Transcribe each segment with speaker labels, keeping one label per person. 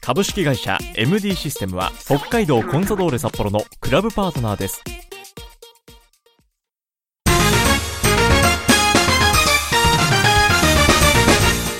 Speaker 1: 株式会社 MD システムは北海道コンサドーレ札幌のクラブパートナーです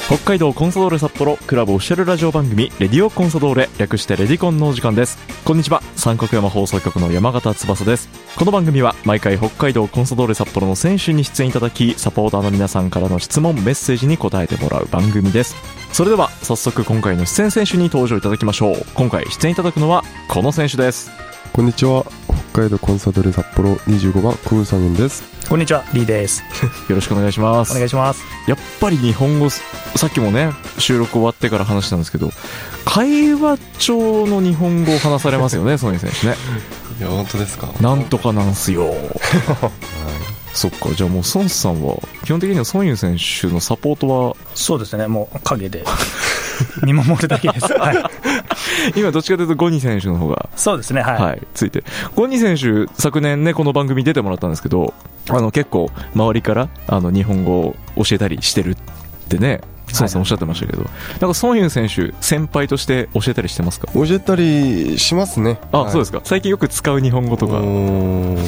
Speaker 1: 北海道コンサドーレ札幌クラブオフィシャルラジオ番組「レディオコンサドーレ」略して「レディコン」のお時間ですこんにちは三角山放送局の山形翼ですこの番組は毎回北海道コンサドーレ札幌の選手に出演いただきサポーターの皆さんからの質問メッセージに答えてもらう番組ですそれでは早速今回の出演選手に登場いただきましょう今回出演いただくのはこの選手です
Speaker 2: こんにちは北海道コンサドーレ札幌25番クムサンです
Speaker 3: こんにちは、リーです。
Speaker 1: よろしくお願いします
Speaker 3: お願いします。
Speaker 1: やっぱり日本語すさっきもね収録終わってから話したんですけど会話調の日本語を話されますよ ねソニー選手ね
Speaker 2: いや本当ですか
Speaker 1: なんとかなんすよそっかじゃあもうソンスさんは基本的にはソニー選手のサポートは
Speaker 3: そうですね、もう影で 見守るだけ です。はい、
Speaker 1: 今どっちかというとゴニー選手の方が
Speaker 3: そうですね、はい。
Speaker 1: はい、ついて。ゴニー選手、昨年ね、この番組出てもらったんですけど、あの、結構、周りから、あの、日本語を教えたりしてるってね、孫さんおっしゃってましたけど、なんか、ソン・ユン選手、先輩として教えたりしてますか
Speaker 2: 教えたりしますね
Speaker 1: あ、そうですすか。最近よく使う日本語と
Speaker 2: う
Speaker 1: か。
Speaker 2: ーんな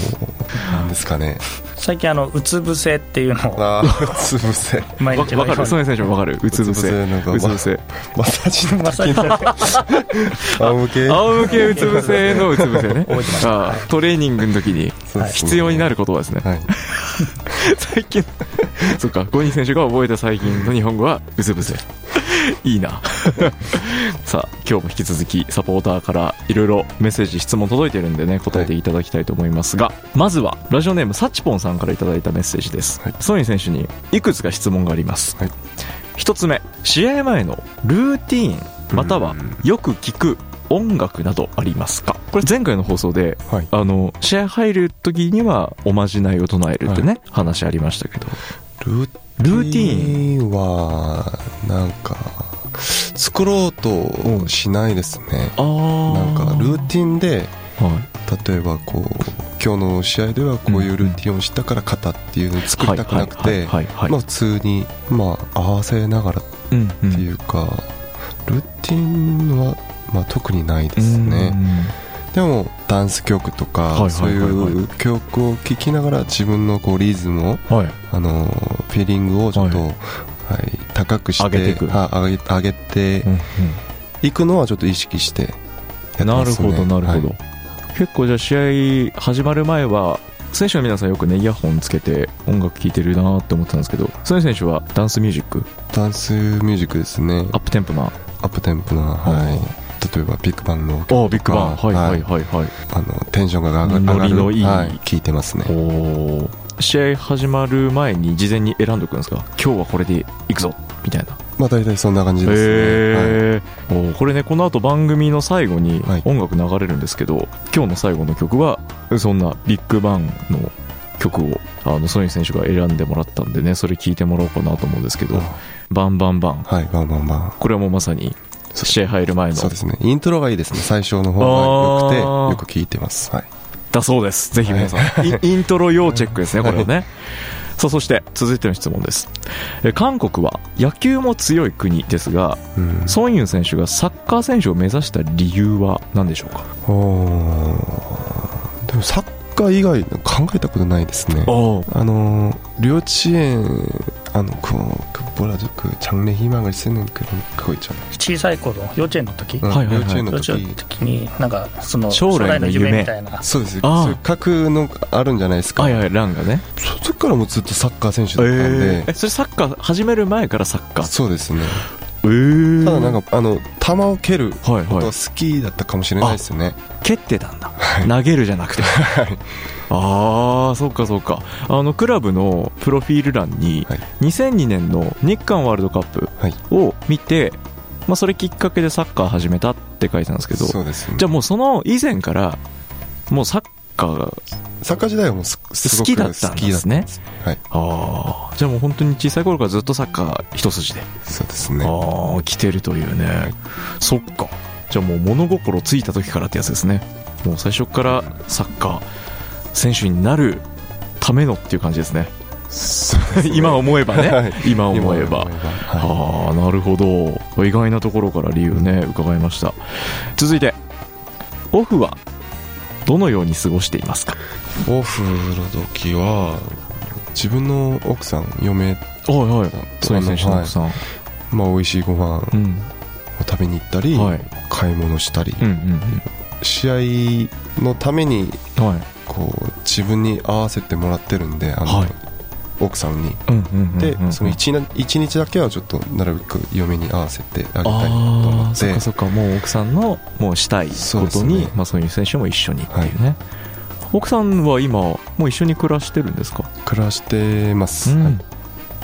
Speaker 2: んですかね
Speaker 3: 最近、あの、うつ伏せっていうのを
Speaker 2: あーうつ伏せ
Speaker 3: 毎
Speaker 1: わ
Speaker 3: 日
Speaker 1: わかるソン・ユン選手もわかるうつ伏せ。
Speaker 2: なんか
Speaker 1: うつ伏せ。
Speaker 2: マッサージの
Speaker 3: まあ最近
Speaker 2: 仰向け
Speaker 1: 仰向けうつ伏せのうつ伏せね。
Speaker 3: 覚えてました
Speaker 1: あートレーニングの時に
Speaker 2: そうですね
Speaker 1: 必要になる言葉ですね。
Speaker 2: はい
Speaker 1: 最近 そっかゴニー選手が覚えた最近の日本語はうつ伏 せいい なさあ今日も引き続きサポーターからいろいろメッセージ質問届いてるんでね答えていただきたいと思いますが、まずはラジオネームサチポンさんからいただいたメッセージです、
Speaker 2: はい
Speaker 1: ソニー選手にいくつか質問があります、
Speaker 2: はい
Speaker 1: 一つ目試合前のルーティーンまたはよく聞く音楽などありますかこれ前回の放送で
Speaker 2: はい
Speaker 1: あの試合入る時にはおまじないを唱えるってね、話ありましたけど
Speaker 2: ルー
Speaker 1: ルーティーン
Speaker 2: ンはなんか作ろうとしないですね
Speaker 1: あ
Speaker 2: なん
Speaker 1: ー
Speaker 2: かルーティンで
Speaker 1: はい
Speaker 2: 例えばこう今日の試合ではこういうルーティンをしたから型っていうのを作りたくなくて
Speaker 1: はいはいはいはい
Speaker 2: まあ普通にまあ合わせながらっ
Speaker 1: うんうん
Speaker 2: ていうかルーティンはまあ特にないですねでもダンス曲と
Speaker 1: はいはいはいは
Speaker 2: か
Speaker 1: い
Speaker 2: そういう曲を聴きながら自分のこうリズムを
Speaker 1: うんはい
Speaker 2: あのフィーリングをちょっと
Speaker 1: は
Speaker 2: はい高くして
Speaker 1: 上げていく
Speaker 2: は上げ上げて
Speaker 1: うん
Speaker 2: いくのはちょっと意識して
Speaker 1: う
Speaker 2: やって
Speaker 1: んな
Speaker 2: ま
Speaker 1: る
Speaker 2: すね
Speaker 1: ほどなるほど、
Speaker 2: はい
Speaker 1: 結構じゃあ試合始まる前は選手の皆さんよくねイヤホンつけて音楽聴いてるなーって思ってたんですけどソニー選手はダンスミュージック
Speaker 2: ダンスミュージックですね
Speaker 1: アップテンポな
Speaker 2: アップテンポな、はい、例えばビッグバンの曲
Speaker 1: おービッグバンはいはいはいはい、
Speaker 2: あのテンションが上が
Speaker 1: ノリ
Speaker 2: る
Speaker 1: のいい
Speaker 2: はい、聞いてますね
Speaker 1: おー試合始まる前に事前に選んでおくんですか今日はこれでいくぞみたいな
Speaker 2: まあ大体そんな感じですね、はい
Speaker 1: へーおーこれねこの後番組の最後に
Speaker 2: はい
Speaker 1: 音楽流れるんですけど、今日の最後の曲はそんなビッグバンの曲をあのソニー選手が選んでもらったんでねそれ聞いてもらおうかなと思うんですけど
Speaker 2: うん
Speaker 1: 「バンバンバン
Speaker 2: はいまあまあま」
Speaker 1: これはもうまさに
Speaker 2: そ
Speaker 1: 試合入る前
Speaker 2: あ
Speaker 1: の
Speaker 2: そうですねイントロがいいですね最初の方が良
Speaker 1: あー
Speaker 2: くてよく聞いてます、はい、
Speaker 1: だそうですぜひ皆 さん、インイントロ要チェックですねこれはねさあそして続いての質問ですえ韓国は野球も強い国ですが
Speaker 2: うん
Speaker 1: ソン・ユン選手がサッカー選手を目指した理由は何でしょうか
Speaker 2: おーでもサッカー以外考えたことないですね
Speaker 1: お
Speaker 2: あのー幼稚園あのこう그 뭐라죠 그 장래 희망을 쓰는 그런 그거 있잖아요
Speaker 3: 小さい頃、幼稚園の時、
Speaker 2: うん
Speaker 1: はいはいはい
Speaker 2: 幼稚園
Speaker 3: 幼
Speaker 2: の
Speaker 3: 稚
Speaker 2: 時
Speaker 3: 園の時に、なんか、その、
Speaker 1: 将来の夢
Speaker 3: みたいな。
Speaker 2: そうです
Speaker 1: あー
Speaker 2: そういう格のあるんじゃないですか、
Speaker 1: はいはいランがね
Speaker 2: その時からもうずっとサッカー選手だったんで
Speaker 1: え、えそれサッカー始める前からサッカー
Speaker 2: そうですね
Speaker 1: えー
Speaker 2: ただなんかあの球を蹴るこ
Speaker 1: はい
Speaker 2: とは
Speaker 1: は
Speaker 2: 好きだったかもしれないですね、
Speaker 1: い蹴ってたんだ投げるじゃなくてああそうかそうかあのクラブのプロフィール欄に
Speaker 2: はい
Speaker 1: 2002年の日韓ワールドカッ
Speaker 2: はい
Speaker 1: プを見て、まあ、それきっかけでサッカー始めたって書いてたんですけど
Speaker 2: そうですね
Speaker 1: じゃあもうその以前からもうサッカーが
Speaker 2: サッカー時代はもうすす
Speaker 1: 好
Speaker 2: ご
Speaker 1: き
Speaker 2: く
Speaker 1: だったんですね
Speaker 2: はい
Speaker 1: ああじゃあもう本当に小さい頃からずっとサッカー一筋で、
Speaker 2: そうですね
Speaker 1: ああ来てるというね、そっかじゃあもう物心ついた時からってやつですねもう最初からサッカー選手になるためのっていう感じですね
Speaker 2: そうですね
Speaker 1: 今思えばね、
Speaker 2: はい
Speaker 1: 今
Speaker 2: 今
Speaker 1: 思えば
Speaker 2: は
Speaker 1: ああなるほど意外なところから理由ね伺いました続いてオフはどのように過ごしていますか
Speaker 2: いオフの時は自分の奥さん
Speaker 1: は
Speaker 2: 嫁
Speaker 1: いはい
Speaker 2: さんと
Speaker 1: そういう選手の奥さん、
Speaker 2: あのはいまあ、美味しいご飯を
Speaker 1: うん
Speaker 2: 食べに行ったり、
Speaker 1: はい
Speaker 2: 買い物したり、
Speaker 1: うんうん
Speaker 2: 試合のために
Speaker 1: うんはい
Speaker 2: こう自分に合わせてもらってるんであの、
Speaker 1: はい
Speaker 2: 奥さんに
Speaker 1: うんうんうんうん
Speaker 2: で、
Speaker 1: うん
Speaker 2: その 1, 日だけはちょっとなるべく嫁に合わせてあげたいなと
Speaker 1: あ
Speaker 2: 思
Speaker 1: あ
Speaker 2: って
Speaker 1: そっかそっかもう奥さんのもうしたい
Speaker 2: そう
Speaker 1: こ
Speaker 2: で
Speaker 1: と
Speaker 2: す
Speaker 1: に
Speaker 2: ね
Speaker 1: まあ、そういう選手も一緒にっていうね、奥さんは今もう一緒に暮らしてるんですか、
Speaker 2: 暮らしてます、
Speaker 1: うん
Speaker 2: はい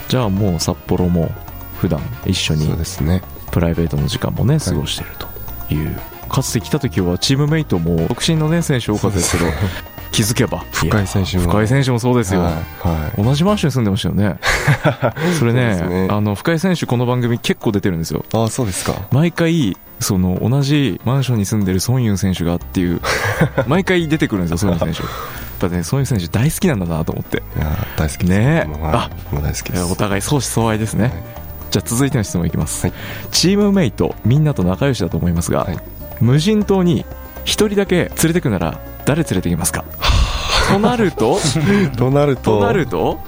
Speaker 1: じゃあもう札幌も普段一緒に
Speaker 2: そうですね
Speaker 1: プライベートの時間もね過ごしてるという、かつて来た時はチームメイトも独身のね選手多かったですけど
Speaker 2: そうで
Speaker 1: 気づけば
Speaker 2: 深井選手も
Speaker 1: 深井選手もそうですよ、
Speaker 2: はい、はい
Speaker 1: 同じマンションに住んでましたよ ねそれね
Speaker 2: そうですね
Speaker 1: あの深井選手この番組結構出てるんですよ
Speaker 2: ああそうですか
Speaker 1: 毎回その同じマンションに住んでるソン・ユン選手がって いう毎回出てくるんですよソン・ユン選手やっぱねソン・ユン選手大好きなんだなと思って
Speaker 2: いやー大好きです
Speaker 1: ねえ
Speaker 2: も
Speaker 1: あ
Speaker 2: うはいもう大好き
Speaker 1: い
Speaker 2: で
Speaker 1: や
Speaker 2: す
Speaker 1: お互い相思相愛ですね、じゃあ続いての質問いきます、
Speaker 2: はい
Speaker 1: チームメイトみんなと仲良しだと思いますが、
Speaker 2: はい
Speaker 1: 無人島に一人だけ連れてくなら誰連れてきますか となる と
Speaker 2: となる
Speaker 1: と
Speaker 2: と
Speaker 1: なると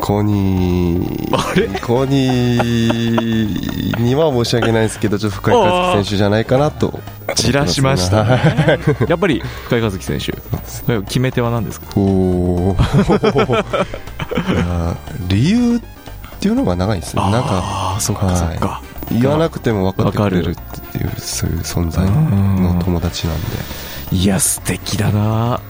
Speaker 2: コニー
Speaker 1: あれ
Speaker 2: コニーには申し訳ないですけどちょっと深井和樹選手じゃないかなと思ってす
Speaker 1: 散らしました
Speaker 2: はい
Speaker 1: ね、 やっぱり深井和樹選手これ決め手は何ですか
Speaker 2: おーいやー理由っていうのが長いですねなんか
Speaker 1: ああそっかそっか、
Speaker 2: 言わなくても分かってくれるっていうそういう存在の友達なんで
Speaker 1: いや素敵だな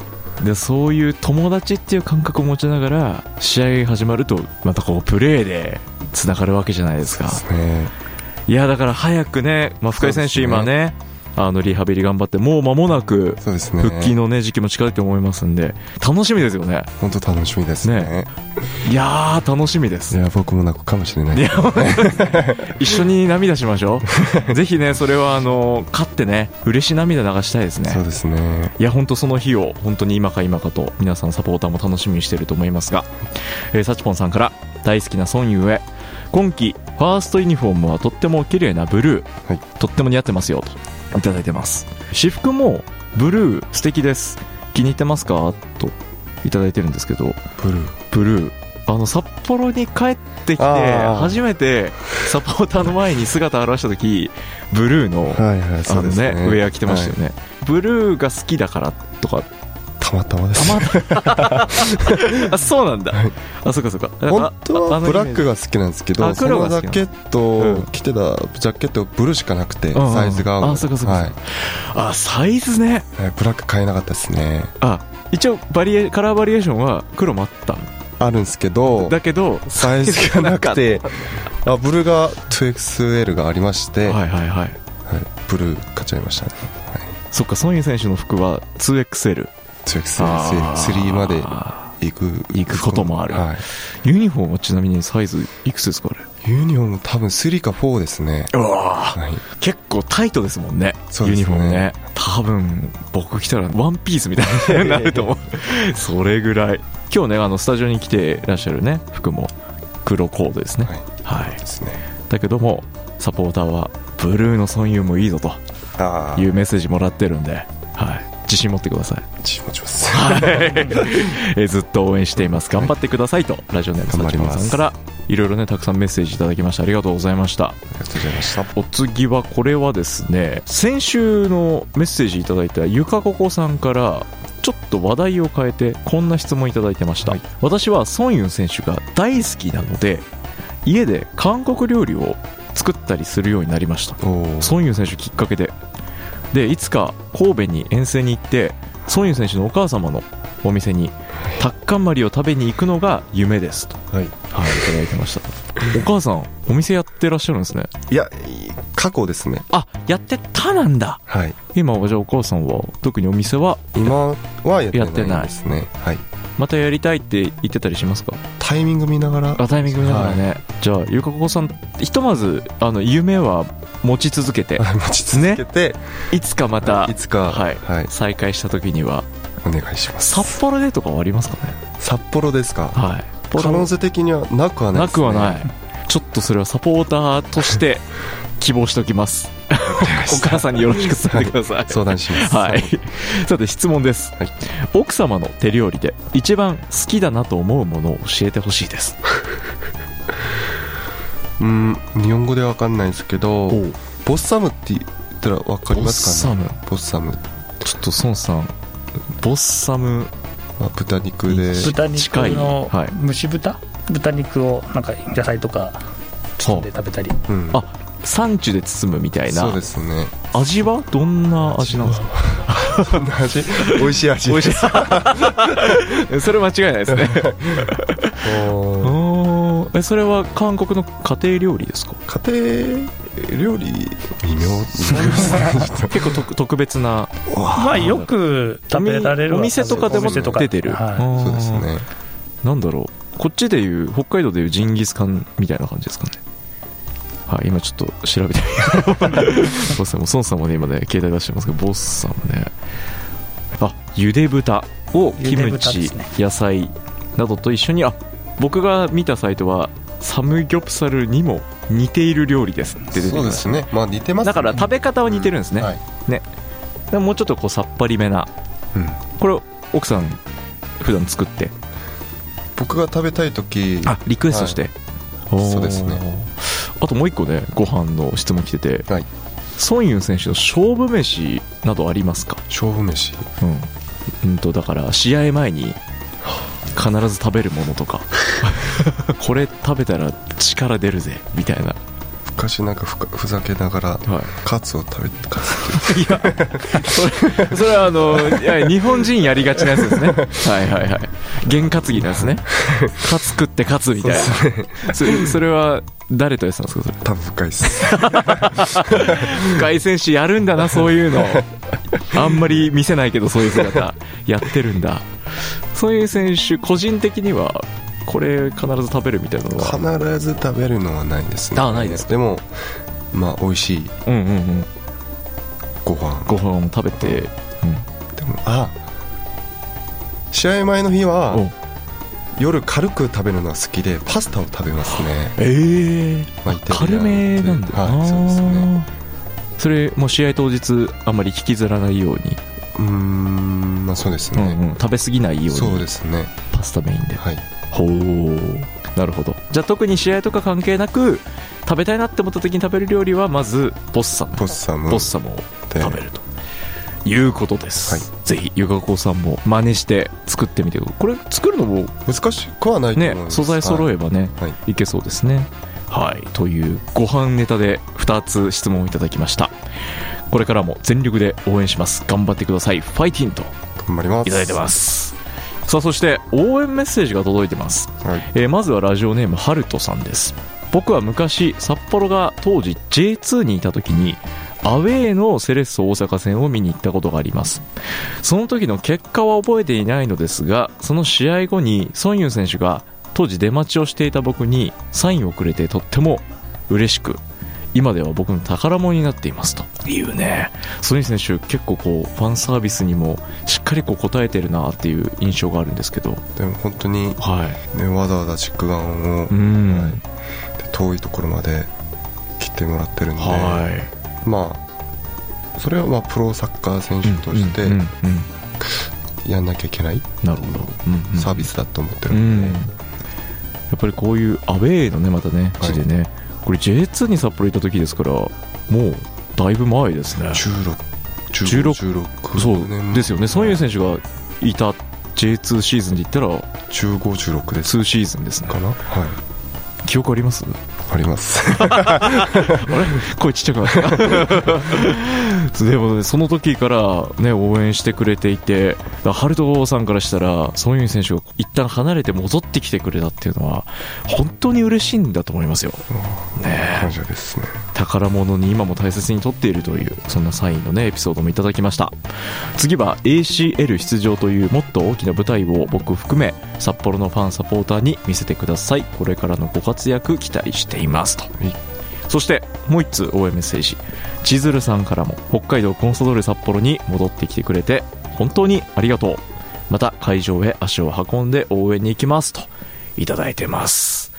Speaker 1: でそういう友達っていう感覚を持ちながら試合始まるとまたこうプレーでつながるわけじゃないですか
Speaker 2: ですね
Speaker 1: いやだから早くね、まあ、深井選手
Speaker 2: そうですね
Speaker 1: 今ねあのリハビリ頑張ってもう間もなく
Speaker 2: そうですね
Speaker 1: 復帰のね時期も近いと思いますんで楽しみですよね
Speaker 2: 本当楽しみですね
Speaker 1: ねいやー楽しみで
Speaker 2: い
Speaker 1: す
Speaker 2: や僕も泣くかもしれない
Speaker 1: いや一緒に涙しましょう ぜひねそれはあの勝ってね嬉し涙流したいですね
Speaker 2: そうですね
Speaker 1: いや本当その日を本当に今か今かと皆さんサポーターも楽しみにしていると思いますが、えー、サチポンさんから大好きなソンユウへ今季ファーストユニフォームはとっても綺麗なブルー、
Speaker 2: はい
Speaker 1: とっても似合ってますよといただいてます私服もブルー素敵です気に入ってますかといただいてるんですけど
Speaker 2: ブルー
Speaker 1: ブルーあの札幌に帰ってきて
Speaker 2: あー
Speaker 1: 初めてサポーターの前に姿を現した時ブルーの
Speaker 2: はいはい
Speaker 1: あ
Speaker 2: そ
Speaker 1: の
Speaker 2: うです
Speaker 1: ね
Speaker 2: ね
Speaker 1: ウェア着てましたよ
Speaker 2: はい
Speaker 1: ね、ブルーが好きだからとか
Speaker 2: たまたまです
Speaker 1: あそうなんだ、あそうかそうかなんか
Speaker 2: 本当
Speaker 1: ああ
Speaker 2: は
Speaker 1: の
Speaker 2: ブラック
Speaker 1: イメージ
Speaker 2: が好きなんですけ
Speaker 1: あ
Speaker 2: どそ
Speaker 1: 黒が
Speaker 2: の
Speaker 1: 好きな
Speaker 2: ジ
Speaker 1: の
Speaker 2: ャケット
Speaker 1: う
Speaker 2: を
Speaker 1: ん
Speaker 2: 着てたジャケットブルーしかなくて
Speaker 1: うんうん
Speaker 2: サイズが合うの
Speaker 1: あそうかそうか
Speaker 2: はい
Speaker 1: あサイズね
Speaker 2: はいブラック買えなかったですね
Speaker 1: あ一応バリエカラーバリエーションは黒もあった
Speaker 2: あるんですけど
Speaker 1: だけど
Speaker 2: サイズがなくてあブルーが 2XL がありまして、
Speaker 1: は
Speaker 2: は
Speaker 1: い
Speaker 2: い
Speaker 1: はいはい
Speaker 2: ブルー買っちゃいましたね、はい、
Speaker 1: そっかソン・イ選手の服は 2XL あー
Speaker 2: 2XL3 まで行く
Speaker 1: 行くこともある
Speaker 2: はい、
Speaker 1: ユニフォームはちなみにサイズいくつですかあれ
Speaker 2: ユニフォーム多分3か4ですね、
Speaker 1: うわ
Speaker 2: はい、
Speaker 1: 結構タイトですもんね
Speaker 2: そう
Speaker 1: ユ
Speaker 2: です
Speaker 1: ニ
Speaker 2: ね
Speaker 1: フォームね多分僕来たらワンピースみたいになると思 うそれぐらい今日ねあのスタジオに来てらっしゃるね服も黒コードですね
Speaker 2: はい
Speaker 1: はい
Speaker 2: ですね
Speaker 1: だけどもサポーターはブルーのソンユーもいいぞと
Speaker 2: ああ
Speaker 1: いうメッセージもらってるんで、はい、自信持ってください、
Speaker 2: ち持ちます
Speaker 1: えーずっと応援しています頑張ってくださいと、ラジオネームさち
Speaker 2: 頑張り
Speaker 1: も
Speaker 2: ます
Speaker 1: さんからいろいろねたくさんメッセージいただきましたありがとうございました
Speaker 2: ありがとうございました
Speaker 1: お次はこれはですね先週のメッセージいただいたゆかここさんからちょっと話題を変えてこんな質問いただいてました、
Speaker 2: はい
Speaker 1: 私はソン・ユン選手が大好きなので家で韓国料理を作ったりするようになりました
Speaker 2: おー
Speaker 1: ソン・ユン選手きっかけででいつか神戸に遠征に行ってソン・ユン選手のお母様のお店にタッカンマリを食べに行くのが夢ですと、
Speaker 2: は
Speaker 1: は
Speaker 2: い
Speaker 1: い、いただいてましたお母さんお店やってらっしゃるんですね
Speaker 2: いや過去ですね
Speaker 1: あやってたなんだ
Speaker 2: はい
Speaker 1: 今はじゃあお母さんは特にお店は
Speaker 2: 今はや
Speaker 1: やっ
Speaker 2: ってて
Speaker 1: な
Speaker 2: ないいですねはい
Speaker 1: またやりたいって言ってたりしますか
Speaker 2: タイミング見ながら
Speaker 1: あタイミング見ながらね、じゃあゆかこさんひとまずあの夢は持ち続けて
Speaker 2: はい持ち続けて、
Speaker 1: いつかまた
Speaker 2: いつか
Speaker 1: はい
Speaker 2: はい、
Speaker 1: 再開した時には
Speaker 2: お願いします
Speaker 1: 札幌でとかはありますかね
Speaker 2: 札幌ですか
Speaker 1: はい
Speaker 2: 可能性的にはなくはない
Speaker 1: な
Speaker 2: です、
Speaker 1: く
Speaker 2: ね、
Speaker 1: は ないちょっとそれはサポーターとして希望しておき ますお母さんによろしく伝えてください、
Speaker 2: 相談します
Speaker 1: はい、 さて質問です、
Speaker 2: はい
Speaker 1: 奥様の手料理で一番好きだなと思うものを教えてほしいです
Speaker 2: うん日本語では分かんないですけど
Speaker 1: お
Speaker 2: ボッサムって言ったら分かりますかね
Speaker 1: ボッサ
Speaker 2: ボッサム
Speaker 1: ちょっと孫さんボッサム
Speaker 2: まあ、豚肉で
Speaker 3: 豚肉
Speaker 1: 近い
Speaker 3: の
Speaker 1: はい
Speaker 3: 蒸し豚、豚肉をなんか野菜とか
Speaker 1: そ
Speaker 3: で
Speaker 1: う
Speaker 3: 食べたり
Speaker 2: うん
Speaker 1: あサンチュで包むみたい
Speaker 2: そう
Speaker 1: な
Speaker 2: ですね
Speaker 1: 味はどんな味なんですか
Speaker 2: こんな 味美味しい味
Speaker 1: 美味しい それ間違いないですね う
Speaker 2: おー
Speaker 1: ーんえそれは韓国の家庭料理ですか
Speaker 2: 家庭料理微妙
Speaker 1: 結構特特別な
Speaker 3: まあよく食べられる
Speaker 1: お
Speaker 3: は
Speaker 1: 店とかで
Speaker 3: お
Speaker 1: も
Speaker 3: 店とか
Speaker 1: 出てる、
Speaker 3: はい
Speaker 1: あー
Speaker 2: そうですね
Speaker 1: なんだろうこっちでいう北海道でいうジンギスカンみたいな感じですかねはい今ちょっと調べてみようボスさんも孫さんもね今ね携帯出してますけどボスさんもねあゆで豚をキム
Speaker 3: ゆで豚で
Speaker 1: チ、
Speaker 3: すね
Speaker 1: 野菜などと一緒にあ僕が見たサイトはサムギョプサルにも似ている料理ですって出てき
Speaker 2: そう
Speaker 1: ま
Speaker 2: で
Speaker 1: し
Speaker 2: すねまあ似てま
Speaker 1: た
Speaker 2: す
Speaker 1: だから食べ方は似てるんですね、
Speaker 2: はい
Speaker 1: でももうちょっとこうさっぱりめな
Speaker 2: うん
Speaker 1: これ奥さん普段作って
Speaker 2: 僕が食べたい時
Speaker 1: あリクエストして、おー
Speaker 2: そうですね
Speaker 1: あともう一個ねご飯の質問来てて、
Speaker 2: はい
Speaker 1: ソン・ユン選手の勝負飯などありますか
Speaker 2: 勝負飯
Speaker 1: うん、うん、とだから試合前に必ず食べるものと かこれ食べたら力出るぜみたいな、
Speaker 2: 昔なんかふかふざけながら
Speaker 1: は
Speaker 2: カツを食べカツ
Speaker 1: い、いやそれそれはあ のいや日本人やりがちなやつですねはいはいはい験担ぎなんです ね勝つ食って勝つみたいなそれそれは誰とやってたんですかそれ
Speaker 2: 多分深いっ す
Speaker 1: 外選手やるんだ なそういうのあんまり見せないけどそういう姿やってるんだそういう選手個人的にはこれ必ず食べるみたいなのは
Speaker 2: 必ず食べるのはないですね
Speaker 1: あないです
Speaker 2: でもまあ美味しい
Speaker 1: うんうんうん
Speaker 2: ご飯
Speaker 1: ご飯を食べて、
Speaker 2: でもあ試合前の日
Speaker 1: お
Speaker 2: は夜軽く食べるのは好きでパスタを食べますね
Speaker 1: ええ
Speaker 2: まあイタリアン
Speaker 1: 軽めなんだ
Speaker 2: はいそうですね
Speaker 1: それもう試合当日あんまり引きずらないように、
Speaker 2: うーんまあそうです
Speaker 1: う
Speaker 2: ね、
Speaker 1: んうん、食べ過ぎないよ
Speaker 2: そうう
Speaker 1: に
Speaker 2: ですね
Speaker 1: パスタメインで
Speaker 2: はい
Speaker 1: ほうなるほどじゃあ特に試合とか関係なく食べたいなって思った時に食べる料理はまずボッサム
Speaker 2: ポッサム
Speaker 1: ボッサムを
Speaker 2: で
Speaker 1: 食べるということです、ぜひゆかこさんも真似して作ってみてくださいこれ作るのも
Speaker 2: 難しくはないと思
Speaker 1: ね
Speaker 2: います
Speaker 1: 素材揃
Speaker 2: え
Speaker 1: えばね、
Speaker 2: はい
Speaker 1: い、けそうですねはいというご飯ネタで2つ質問をいただきましたこれからも全力で応援します頑張ってくださいファイティンと
Speaker 2: 頑張ります、
Speaker 1: いただいてますすさあそして応援メッセージが届いてます
Speaker 2: はい、
Speaker 1: えーまずはラジオネームハルトさんです僕は昔札幌が当時 J2 にいた時にアウェーのセレッソ大阪戦を見に行ったことがありますその時の結果は覚えていないのですがその試合後にソン・ユン選手が当時出待ちをしていた僕にサインをくれてとっても嬉しく今では僕の宝物になっていますというねソン・ユン選手結構こうファンサービスにもしっかりこう応えてるなっていう印象があるんですけど
Speaker 2: でも本当に、
Speaker 1: はい
Speaker 2: ね、わざわざチックガンを、
Speaker 1: うん、
Speaker 2: はいで遠いところまで来てもらってるんで、
Speaker 1: はい
Speaker 2: まあそれはまあプロサッカー選手として
Speaker 1: うんうんうん
Speaker 2: やんなきゃいけない
Speaker 1: なるほど、うんうん
Speaker 2: サービスだと思って
Speaker 1: う
Speaker 2: るんで、
Speaker 1: ん、やっぱりこういうアウェーのねまたね
Speaker 2: はい
Speaker 1: 地でね、これ J2 に札幌行った時ですからもうだいぶ前ですね
Speaker 2: 16
Speaker 1: 16
Speaker 2: 16 16
Speaker 1: そうですよねソン・ユ
Speaker 2: う
Speaker 1: ン選手がいた J2 シーズンで言ったら
Speaker 2: 1516です
Speaker 1: 2シーズンですね
Speaker 2: かなはいわ
Speaker 1: 記憶あります
Speaker 2: かります
Speaker 1: あれ声ちっちゃくなったでもねその時からね応援してくれていてからハルトさんからしたらソン・ユン選手が一旦離れて戻ってきてくれたっていうのは本当に嬉しいんだと思いますよ
Speaker 2: 感謝ですね
Speaker 1: 宝物に今も大切に取っているというそんなサインのねエピソードもいただきました次は ACL 出場というもっと大きな舞台を僕含め札幌のファンサポーターに見せてくださいこれからのご活躍期待していますと
Speaker 2: い
Speaker 1: そしてもう1通応援メッセージ千鶴さんからも北海道コンソドーレ札幌に戻ってきてくれて本当にありがとうまた会場へ足を運んで応援に行きますといただいてます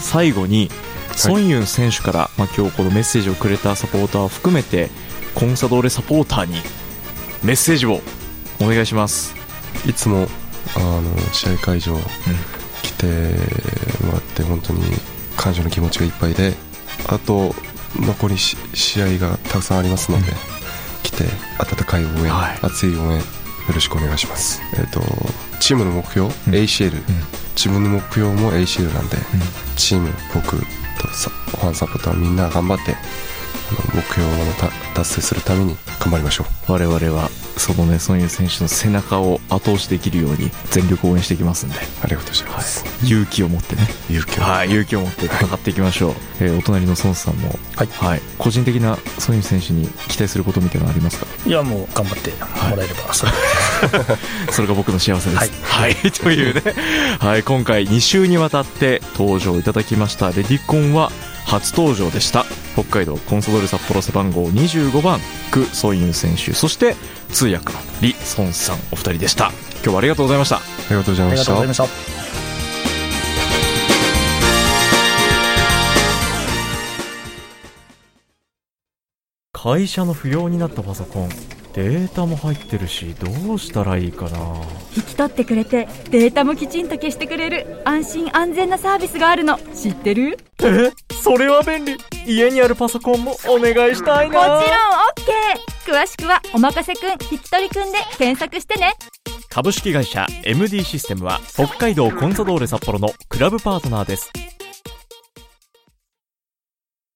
Speaker 1: 最後にソン・ユン選手から、まあ、今日このメッセージをくれたサポーターを含めてコンサドーレサポーターにメッセージをお願いします
Speaker 2: いつもあの試合会場来てもらって本当に感謝の気持ちがいっぱいであと残りし試合がたくさんありますので、
Speaker 1: うん
Speaker 2: 来て温かい応援、
Speaker 1: はい
Speaker 2: 熱い応援よろしくお願いします、えっとチームの目標、ACL、自分の目標も ACL なんで、チーム僕とさファンサポーターみんな頑張ってあの目標をた達成するために頑張りましょう
Speaker 1: 我々はそのねソン・ユン選手の背中を後押しできるように全力応援していきますんで
Speaker 2: ありがとうございます、
Speaker 1: 勇気を持ってね
Speaker 2: 勇気を、
Speaker 1: はい、 勇気を持って戦っていきましょう、えーお隣の孫さんも、
Speaker 3: はい
Speaker 1: 個人的なソニー選手に期待することみたいなのありますか
Speaker 3: いやもう頑張ってもらえれば、それ
Speaker 1: それが僕の幸せです。はい、 というね、はい、今回2週にわたって登場いただきましたレディコンは初登場でした。北海道コンソドール札幌背番号25番、ク・ソイユン選手、そして通訳のリ・ソンさんお二人でした。今日はありがとうございました。
Speaker 2: ありがとうござい
Speaker 3: あ
Speaker 2: ま
Speaker 3: りが
Speaker 2: し
Speaker 3: とうござい
Speaker 2: た
Speaker 3: ました
Speaker 1: 会社の不要になったパソコン、データも入ってるし、どうしたらいいかな。
Speaker 4: 引き取ってくれてデータもきちんと消してくれる安心安全なサービスがあるの知ってる
Speaker 1: え、それは便利。家にあるパソコンもお願いしたい
Speaker 4: もちろん OK 詳しくは「おまかせくん引き取りくん」で検索してね
Speaker 1: 株式会社 MD システムは北海道コンサドーレ札幌のクラブパートナーです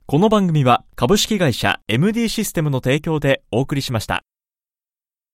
Speaker 1: この番組は株式会社 MD システムの提供でお送りしました